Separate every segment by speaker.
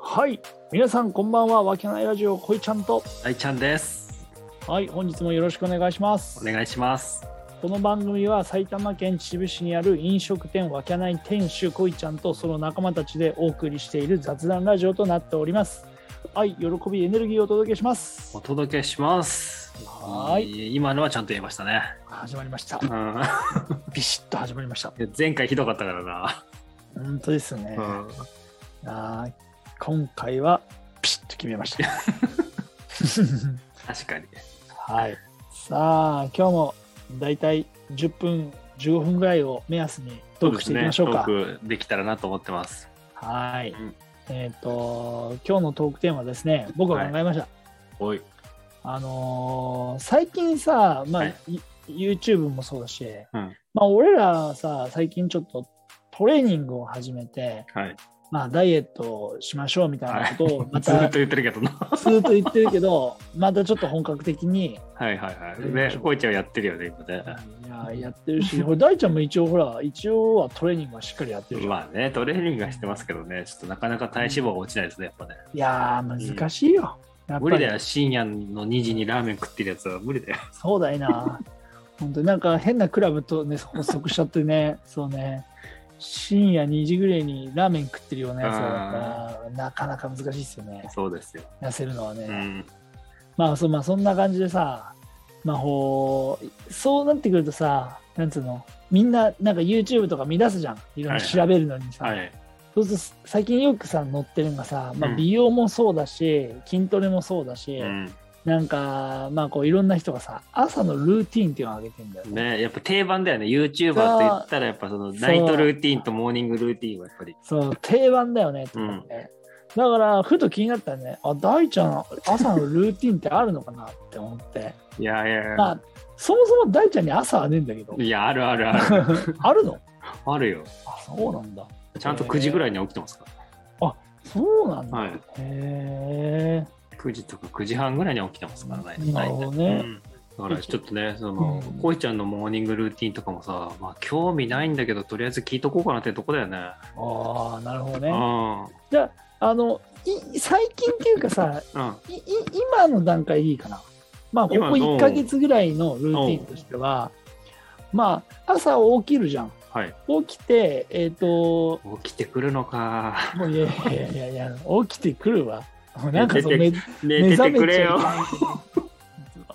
Speaker 1: はい皆さんこんばんはわけないラジオこいちゃんと
Speaker 2: 大ちゃんです。
Speaker 1: はい本日もよろしくお願いします
Speaker 2: お願いします。
Speaker 1: この番組は埼玉県秩父市にある飲食店わけない店主こいちゃんとその仲間たちでお送りしている雑談ラジオとなっております愛喜びエネルギーをお届けします
Speaker 2: お届けします。
Speaker 1: はーい
Speaker 2: い。今のはちゃんと言いましたね。
Speaker 1: 始まりました
Speaker 2: うん。
Speaker 1: ビシッと始まりました
Speaker 2: 前回ひどかったからな。
Speaker 1: 本当ですね、
Speaker 2: うん。
Speaker 1: あー今回はピシッと決めました
Speaker 2: 確かに。
Speaker 1: はいさあ今日もだいたい10分15分ぐらいを目安にトークしていきましょうか
Speaker 2: トークできたらなと思ってます。
Speaker 1: はい、
Speaker 2: うん
Speaker 1: えっ、と今日のトークテーマはですね僕は考えました、
Speaker 2: おい。
Speaker 1: あのー最近さ、まあ
Speaker 2: はい
Speaker 1: い YouTube もそうだし、
Speaker 2: うん
Speaker 1: まあ、俺らさ最近ちょっとトレーニングを始めて、
Speaker 2: はい。
Speaker 1: まあ、ダイエットをしましょうみたいなことをま
Speaker 2: ず
Speaker 1: た、
Speaker 2: っと言ってる けどな。
Speaker 1: ずーっと言ってるけど、またちょっと本格的に、
Speaker 2: はいはいはい。ね、こいちゃんやってるよね、今ね。
Speaker 1: いややってる し、これ大ちゃんも一応ほら、一応はトレーニングはしっかりやってるじゃん。
Speaker 2: まあね、トレーニングはしてますけどね、ちょっとなかなか体脂肪が落ちないですね、やっぱね。
Speaker 1: いやー、難しいよ。やっ
Speaker 2: 無
Speaker 1: ぱ
Speaker 2: 理
Speaker 1: り
Speaker 2: だよ、深夜の2時にラーメン食ってるやつは無理だよ。
Speaker 1: そうだいな。本当になんか変なクラブとね、発足しちゃって ね、そうね。深夜2時ぐらいにラーメン食ってるようなやつだから、なかなか難しいですよね、
Speaker 2: そうですよ。
Speaker 1: 痩せるのはね。
Speaker 2: うん。
Speaker 1: まあそうまあそんな感じでさ、まあほう、そうなってくるとさ、なんつうの、みんななんか YouTube とか見出すじゃん、いろいろ調べるのにさ。
Speaker 2: はい。
Speaker 1: そうすると最近よくさ、載ってるのがさ、まあ
Speaker 2: うん
Speaker 1: 美容もそうだし、筋トレもそうだし、
Speaker 2: うん。
Speaker 1: なんか、まあこういろんな人がさ、朝のルーティーンっていうのを上げてんだよね。
Speaker 2: ね、やっぱ定番だよね。YouTuber と言ったら、やっぱそのナイトルーティーンとモーニングルーティーンはやっぱり。
Speaker 1: そう、定番だよね、とかね。だから、ふと気になったらね、あ、大ちゃん、朝のルーティーンってあるのかなって思って。
Speaker 2: いやいやいや。
Speaker 1: まあ、そもそも大ちゃんに朝はねえんだけど、
Speaker 2: いや、あるあるある。
Speaker 1: あるの
Speaker 2: あるよ。
Speaker 1: あ、そうなんだ。
Speaker 2: ちゃんと9時ぐらいには起きてますから。
Speaker 1: そうなんだ。
Speaker 2: はい
Speaker 1: へえ。
Speaker 2: 9時とか9時半ぐらいには起きてますからね。
Speaker 1: なるほどね
Speaker 2: うんだからちょっとね、その
Speaker 1: うん、
Speaker 2: こいちゃんのモーニングルーティーンとかもさ、まあ、興味ないんだけど、とりあえず聞いとこうかなってとこだよね。
Speaker 1: ああ、なるほど
Speaker 2: う
Speaker 1: ね。
Speaker 2: ん。うん。
Speaker 1: じゃあ、あの、い最近っていうかさ、いい今の段階でいいかな。まあ、ここ
Speaker 2: 今の
Speaker 1: 1ヶ月ぐらいのルーティンとしては、まあ、朝起きるじゃん。
Speaker 2: はい。
Speaker 1: 起きて、えっ、と、
Speaker 2: 起きてくるのか。
Speaker 1: もういやいやいやいや、起きてくる わ。なんかそう
Speaker 2: 出
Speaker 1: め
Speaker 2: 寝
Speaker 1: 目
Speaker 2: て
Speaker 1: 覚
Speaker 2: てく
Speaker 1: めち
Speaker 2: れ
Speaker 1: ゃい
Speaker 2: よ
Speaker 1: け。ない。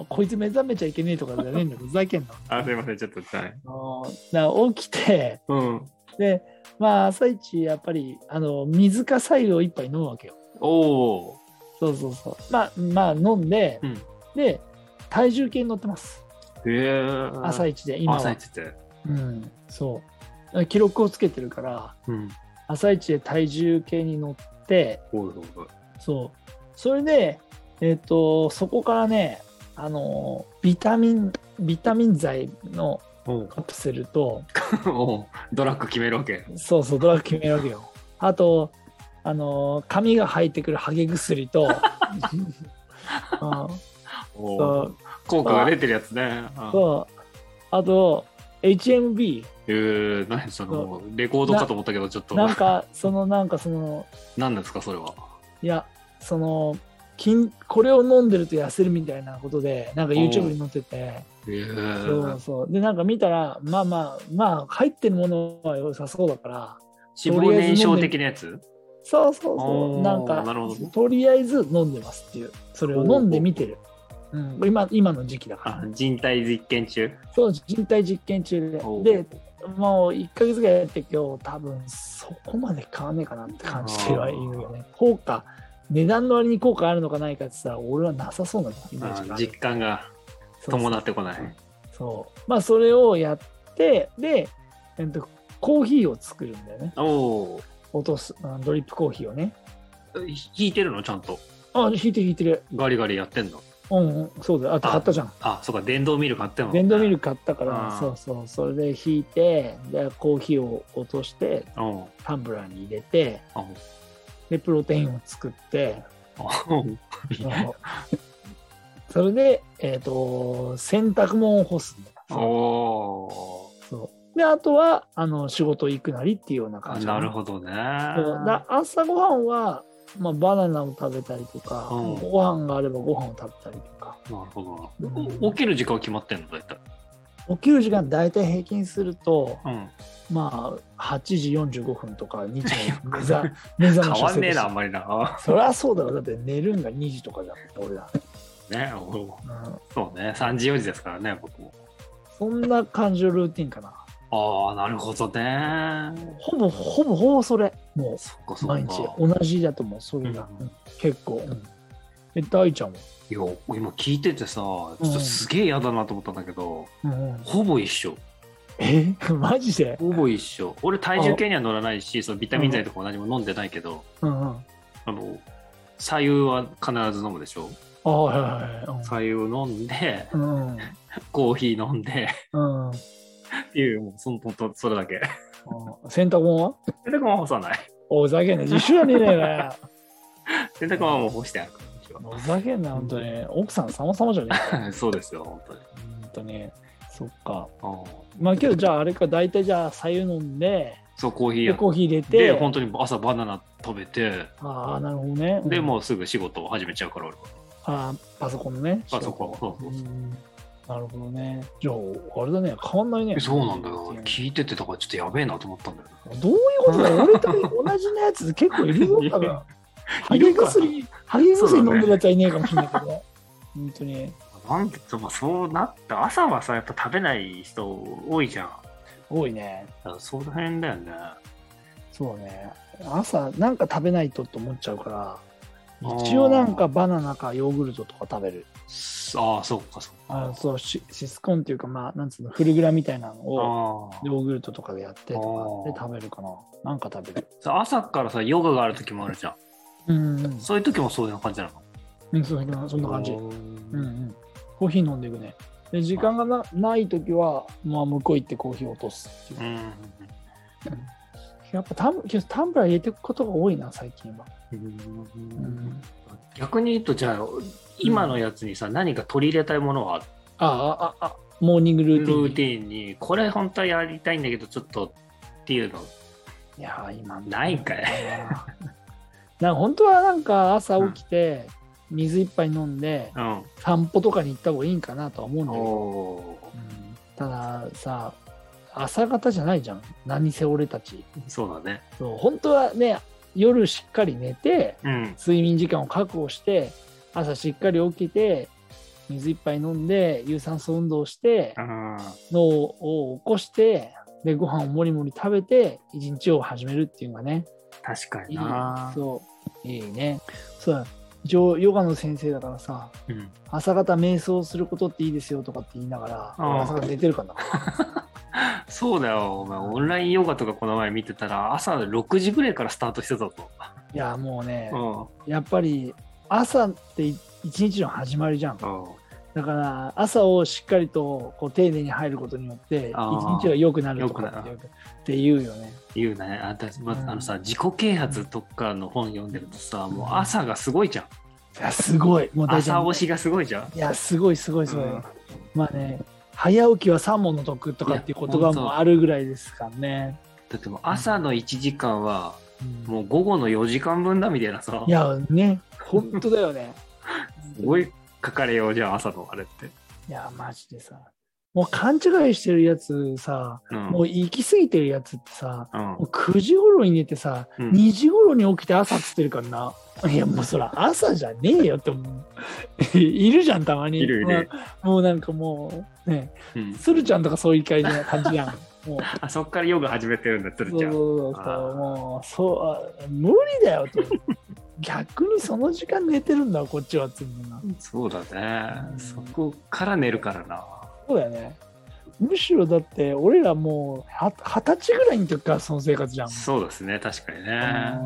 Speaker 1: こいつ目覚めちゃいけねえとかじゃねえんだけど、ふざけんな。
Speaker 2: あ、すいません、ちょっとはい。
Speaker 1: あのだから起きて、
Speaker 2: うん。
Speaker 1: で、まあ、朝一、やっぱり、あの、水か白湯を一杯飲むわけよ。
Speaker 2: おお。
Speaker 1: そうそうそう。まあ、まあ、飲んで、
Speaker 2: うん
Speaker 1: で、体重計に乗ってます。
Speaker 2: へえ。
Speaker 1: 朝一で、今
Speaker 2: 朝
Speaker 1: は。
Speaker 2: 一って。
Speaker 1: うん、そう。記録をつけてるから、
Speaker 2: うん。
Speaker 1: 朝一で体重計に乗って、
Speaker 2: おいおい
Speaker 1: そう。それで、えっ、と、そこからね、あの、ビタミン、ビタミン剤の
Speaker 2: おい
Speaker 1: カプセルと、
Speaker 2: おうおうドラッグ決めるわけ。
Speaker 1: そうそう、ドラッグ決めるわけよ。あと、あの、髪が生えてくるハゲ薬 と、うん
Speaker 2: おう
Speaker 1: そう
Speaker 2: 効果が出てるやつね。うん
Speaker 1: そうあと、HMB、
Speaker 2: えー、何そのレコードかと思ったけどちょっと
Speaker 1: なんか、その、なんかその、
Speaker 2: 何ですかそれは。
Speaker 1: いや、その、筋これを飲んでると痩せるみたいなことで、なんか YouTube に載ってて、
Speaker 2: え
Speaker 1: そう
Speaker 2: ー、
Speaker 1: そう。で、なんか見たら、まあまあ、まあ、入ってるものは良さそうだから、
Speaker 2: 脂肪燃焼的なやつ
Speaker 1: そうそう
Speaker 2: お
Speaker 1: そう、
Speaker 2: ー
Speaker 1: なんか
Speaker 2: なるほど、
Speaker 1: とりあえず飲んでますっていう、それを飲んでみてる。うん、今今の時期だか
Speaker 2: あ
Speaker 1: ら、
Speaker 2: 人体実験中
Speaker 1: そう人体実験中
Speaker 2: おう
Speaker 1: で、でもう1ヶ月ぐらいやって今日多分そこまで買わねえかなって感じではいるよね。効果、値段の割に効果あるのかないかって言ったら、俺はなさそうなイメー
Speaker 2: あ
Speaker 1: ジがある
Speaker 2: 実感が
Speaker 1: そうそう
Speaker 2: 伴ってこない。
Speaker 1: そう。まあ、それをやって、で、えっと、コーヒーを作るんだよね。
Speaker 2: おお
Speaker 1: 落とす、うんドリップコーヒーをね。
Speaker 2: ーひ引いてるのちゃんと
Speaker 1: あ、引いてる引いてる。
Speaker 2: ガリガリやってんの
Speaker 1: うん、うん、そうだよ。あと
Speaker 2: あ
Speaker 1: 買ったじゃん。
Speaker 2: あそうか電動ミル買ってんの
Speaker 1: 電動ミル買ったか
Speaker 2: あ
Speaker 1: ら、
Speaker 2: ー
Speaker 1: そうそう。それで引いて、で、コーヒーを落として、
Speaker 2: おう
Speaker 1: タンブラーに入れて、
Speaker 2: あおう
Speaker 1: で、プロテインを作って、
Speaker 2: あおう
Speaker 1: その それで、えっ、と、洗濯物を干すんだよ
Speaker 2: おー
Speaker 1: そう。で、あとは、あの、仕事行くなりっていうような
Speaker 2: あ
Speaker 1: 感じか。
Speaker 2: なるほどね
Speaker 1: そうだ朝ごはんはまあ、バナナを食べたりとか、
Speaker 2: うん
Speaker 1: ご飯があればご飯を食べたりとか
Speaker 2: なるほどお。起きる時間は決まってんの大体。
Speaker 1: 起きる時間大体平均すると
Speaker 2: うん。
Speaker 1: まあ8時45分とか2時の目覚 目覚
Speaker 2: 変
Speaker 1: ましを
Speaker 2: わん
Speaker 1: セ
Speaker 2: ね
Speaker 1: ッ
Speaker 2: え
Speaker 1: ト
Speaker 2: な、あ
Speaker 1: し
Speaker 2: んまりな。
Speaker 1: そりゃそうだろだって寝るんが2時とかだった俺ら、
Speaker 2: ね、お
Speaker 1: うん、
Speaker 2: そうね。3時、4時ですからね、僕も。
Speaker 1: そんな感じのルーティンかな
Speaker 2: ああ、なるほどね。
Speaker 1: ほぼほぼほぼそれも
Speaker 2: そっか
Speaker 1: う
Speaker 2: そっか。
Speaker 1: 毎日同じだと思うそれが、
Speaker 2: うん
Speaker 1: うん結構、うん、え大ちゃんも、
Speaker 2: いや、今聞いててさ、ちょっとすげえ嫌だなと思ったんだけど、
Speaker 1: うんうん、
Speaker 2: ほぼ一緒。
Speaker 1: え マジで、
Speaker 2: ほぼ一緒。俺、体重計には乗らないし、そのビタミン剤とかも何も飲んでないけど、
Speaker 1: うんうん、あ
Speaker 2: あの、左右は必ず飲むでしょ
Speaker 1: あはいはいはい
Speaker 2: 左右飲 んで、
Speaker 1: うんうん
Speaker 2: コーヒー飲んで、
Speaker 1: うん、うん
Speaker 2: っていう、もう、その、ほんと、それだけ。
Speaker 1: 洗濯物は
Speaker 2: 洗濯物は干さない。
Speaker 1: おふざけんな自主はねえな
Speaker 2: 洗濯物はもう干してあるから私は
Speaker 1: おふざけんな本当に奥さん様様じゃねえか
Speaker 2: そうですよ、本当に。
Speaker 1: 本当にそっか
Speaker 2: あ
Speaker 1: まあけどじゃああれか大体じゃあ左右飲んで
Speaker 2: そう、コーヒー
Speaker 1: で
Speaker 2: やっ
Speaker 1: コーヒー入れ
Speaker 2: て、
Speaker 1: て
Speaker 2: 本当に朝バナナ食べて、
Speaker 1: ああなるほどね、うん
Speaker 2: で、もうすぐ仕事を始めちゃうから、俺は。
Speaker 1: あーパソコンのね
Speaker 2: パソコンそうそうそうん
Speaker 1: なるほどねじゃああれだね変わんないね
Speaker 2: そうなんだよ。聞いてて、だからちょっとやべえなと思ったんだよな。
Speaker 1: どういうことだよ俺と同じのやつ結構いるぞ多
Speaker 2: い
Speaker 1: 分
Speaker 2: や
Speaker 1: ハゲ薬ハゲ薬飲んでるやつはいねえかもしれ ないけど、本当に
Speaker 2: なんでそうそうなった朝はさやっぱ食べない人多いじゃんだか
Speaker 1: 多いね
Speaker 2: らその辺だよね
Speaker 1: そうね朝なんか食べないとと思っちゃうから一応なんかバナナかヨーグルトとか食べる
Speaker 2: すああそっかそっ
Speaker 1: あの
Speaker 2: か
Speaker 1: そうシシスコンっていうかまあなんつうのフルグラみたいなの
Speaker 2: あ
Speaker 1: を
Speaker 2: ー
Speaker 1: ヨーグルトとかでやってとかで
Speaker 2: あー
Speaker 1: 食べるかななんか食べる
Speaker 2: さ朝からさヨガがある時もあるじゃん
Speaker 1: うんうん
Speaker 2: そういう時もそういう感じなの
Speaker 1: うんそうそんなそんな感じ
Speaker 2: う
Speaker 1: うんうんんコーヒー飲んでいくねで時間がなない時はまあ向こう行ってコーヒーを落とすっていうやっぱタンけどタンブラー入れていくことが多いな最近は、うん、
Speaker 2: 逆に言うとじゃあ今のやつにさ何か取り入れたいものはある
Speaker 1: ああああモーニングルー
Speaker 2: ル
Speaker 1: ティン
Speaker 2: ーティンにこれ本当はやりたいんだけどちょっとっていうの
Speaker 1: いやー今
Speaker 2: ないんかい
Speaker 1: なんか本当はなんか朝起きて、水一杯飲んで
Speaker 2: うん
Speaker 1: 散歩とかに行った方がいいんかなとは思うんだけど、
Speaker 2: お
Speaker 1: うんたださ朝方じゃないじゃん何せ俺たち
Speaker 2: ーそうだね
Speaker 1: そう本当はね夜しっかり寝て
Speaker 2: うん
Speaker 1: 睡眠時間を確保して朝しっかり起きて水一杯飲んで有酸素運動して
Speaker 2: うん
Speaker 1: 脳を起こしてでご飯をもりもり食べて一日を始めるっていうのがね
Speaker 2: 確か
Speaker 1: い
Speaker 2: に
Speaker 1: い
Speaker 2: な
Speaker 1: そういいねそうだ一応ヨガの先生だからさ
Speaker 2: うん
Speaker 1: 朝方瞑想することっていいですよとかって言いなが
Speaker 2: うん
Speaker 1: ら朝方寝てる かな
Speaker 2: そうだよ、お前、オンラインヨガとかこの前見てたら、朝6時ぐらいからスタートしてたぞ。
Speaker 1: いやもうね
Speaker 2: う
Speaker 1: やっぱり朝って一日の始まりじゃん
Speaker 2: ん。うん。
Speaker 1: だから朝をしっかりとこう丁寧に入ることによって一
Speaker 2: あー
Speaker 1: 日が良くなるとかっていうっていうよね
Speaker 2: 言うね。あたま
Speaker 1: うん
Speaker 2: あのさ、自己啓発とかの本読んでるとさ、もう朝がすごいじゃん。
Speaker 1: いやすごいもう大ちゃ
Speaker 2: 朝
Speaker 1: ん
Speaker 2: 推しがすごいじゃん。
Speaker 1: いやすごいすごいすごい、
Speaker 2: うん
Speaker 1: まあね早起きは三問の得とかっていう言葉もあるぐらいですからね
Speaker 2: だってもう朝の1時間は、
Speaker 1: うん
Speaker 2: もう午後の4時間分だみたいなさ
Speaker 1: い、やね本当だよね
Speaker 2: すごい書かれようじゃん、朝のあれって。
Speaker 1: いやマジでさもう勘違いしてるやつさ
Speaker 2: うん。
Speaker 1: もう行き過ぎてるやつってさ
Speaker 2: うん
Speaker 1: もう9時頃に寝てさ、
Speaker 2: うん
Speaker 1: 2時頃に起きて朝っつってるからな。いやもうそら朝じゃねえよって思う。 いるじゃんたまに。
Speaker 2: いるいる
Speaker 1: まあもうなんかもうね、
Speaker 2: うん
Speaker 1: スルちゃんとかそういう感じな感じやん。もう
Speaker 2: あそっからヨガ始めてるんだ、つ
Speaker 1: そう
Speaker 2: る
Speaker 1: そう
Speaker 2: ちゃ
Speaker 1: そ
Speaker 2: ん。
Speaker 1: うそう
Speaker 2: あー
Speaker 1: もうそうあ無理だよと。逆にその時間寝てるんだこっちはつうんな。
Speaker 2: そうだ
Speaker 1: う
Speaker 2: ね。
Speaker 1: ん
Speaker 2: そこから寝るからな。
Speaker 1: そうだよね。むしろだって俺らもうは二十歳ぐらいの時からその生活じゃん。
Speaker 2: そうですね、確かにね。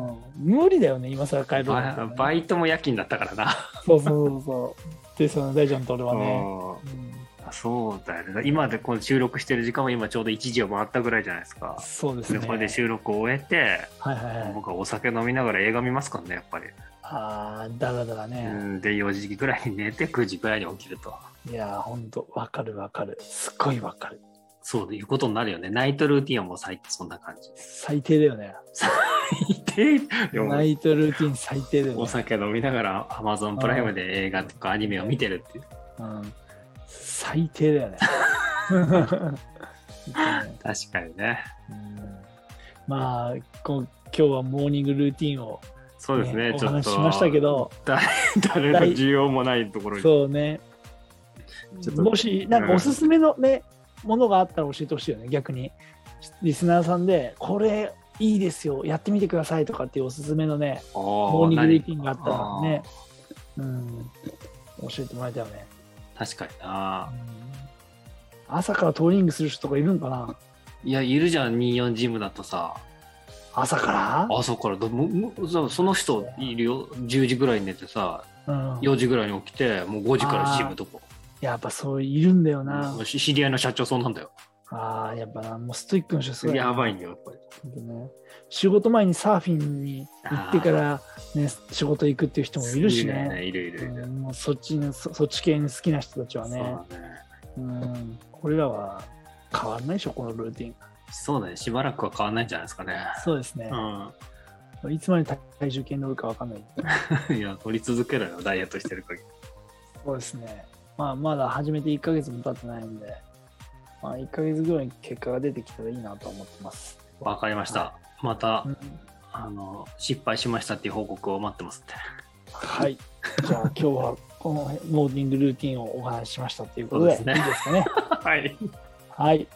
Speaker 1: うん無理だよね今更帰ろうなんて
Speaker 2: バ
Speaker 1: ね
Speaker 2: バイトも夜勤だったからな。
Speaker 1: そうそうそうそう。で、その大ちゃんと俺はね。うん
Speaker 2: うんそうだよね。今でこの収録してる時間も今ちょうど1時を回ったぐらいじゃないですか。
Speaker 1: そうです
Speaker 2: で
Speaker 1: ね。
Speaker 2: これで収録を終えて、
Speaker 1: はいはいはい。
Speaker 2: 僕はお酒飲みながら映画見ますからね、やっぱり。
Speaker 1: ああ、だらだら
Speaker 2: う
Speaker 1: ね。
Speaker 2: んで、4時ぐらいに寝て9時ぐらいに起きると。
Speaker 1: いやー、ほんと、わかるわかる。すっごいわかる。
Speaker 2: そういうことになるよね。ナイトルーティンはもう最近そんな感じ。
Speaker 1: 最低だよね。
Speaker 2: 最低でも
Speaker 1: ナイトルーティン最低だよ
Speaker 2: お
Speaker 1: ね、
Speaker 2: 酒飲みながら Amazon プライムで映画とかアニメを見てるっていう
Speaker 1: うん、最低だよ ね
Speaker 2: 確かにね
Speaker 1: うんまあこう今日はモーニングルーティンを、
Speaker 2: そうですね
Speaker 1: お
Speaker 2: ちょっ
Speaker 1: 話
Speaker 2: と
Speaker 1: ししましたけど
Speaker 2: 誰の需要もないところに
Speaker 1: そうね
Speaker 2: ちょっと
Speaker 1: もしなんかおすすめのね、ものがあったら教えてほしいよね逆にリスナーさんでこれいいですよやってみてくださいとかっていうおすすめのねモ
Speaker 2: モ
Speaker 1: ーニングルーティンがあったらね、うん、教えてもらいたいよね、
Speaker 2: 確かにな
Speaker 1: うん朝からトーリングする人とかいるんかない
Speaker 2: やいるじゃん24ジムだとさ
Speaker 1: 朝か
Speaker 2: あそこからどむむそうその人いるよ10時ぐらいに寝てさ
Speaker 1: ら、うん、
Speaker 2: 4時ぐらいに起きてもう5時からジムとか
Speaker 1: やっぱそういるんだよな、
Speaker 2: うんし知り合いの社長そうなんだよ
Speaker 1: ああやっぱなもうストイックの人すごい
Speaker 2: やば
Speaker 1: い、
Speaker 2: いんだよやっぱり
Speaker 1: 本当ね、仕事前にサーフィンに行ってから、ね、仕事行くっていう人もいるしね
Speaker 2: いるいるいるいる、
Speaker 1: うんもうそっちのそそっち系に好きな人たちはね
Speaker 2: そうだね
Speaker 1: うん俺らは変わんないでしょこのルーティン
Speaker 2: そうだねしばらくは変わんないんじゃないですかね
Speaker 1: そうですね
Speaker 2: う、ん
Speaker 1: いつまで体重計に乗るかわかんない
Speaker 2: いや、取り続けろよ、ダイエットしてる限り。
Speaker 1: そうですね。まあ、まだ始めて1ヶ月も経ってないんで、まあ、1ヶ月ぐらいに結果が出てきたらいいなと思ってます。
Speaker 2: わかりました。また
Speaker 1: う、ん
Speaker 2: あの、失敗しましたっていう報告を待ってますって。
Speaker 1: はい。 じゃあ、今日はこのモーニングルーティンをお話ししましたということで、
Speaker 2: そうですね
Speaker 1: いいですかね。
Speaker 2: はい。
Speaker 1: はい。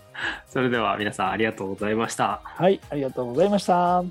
Speaker 2: それでは皆さんありがとうございました。
Speaker 1: はい。ありがとうございました。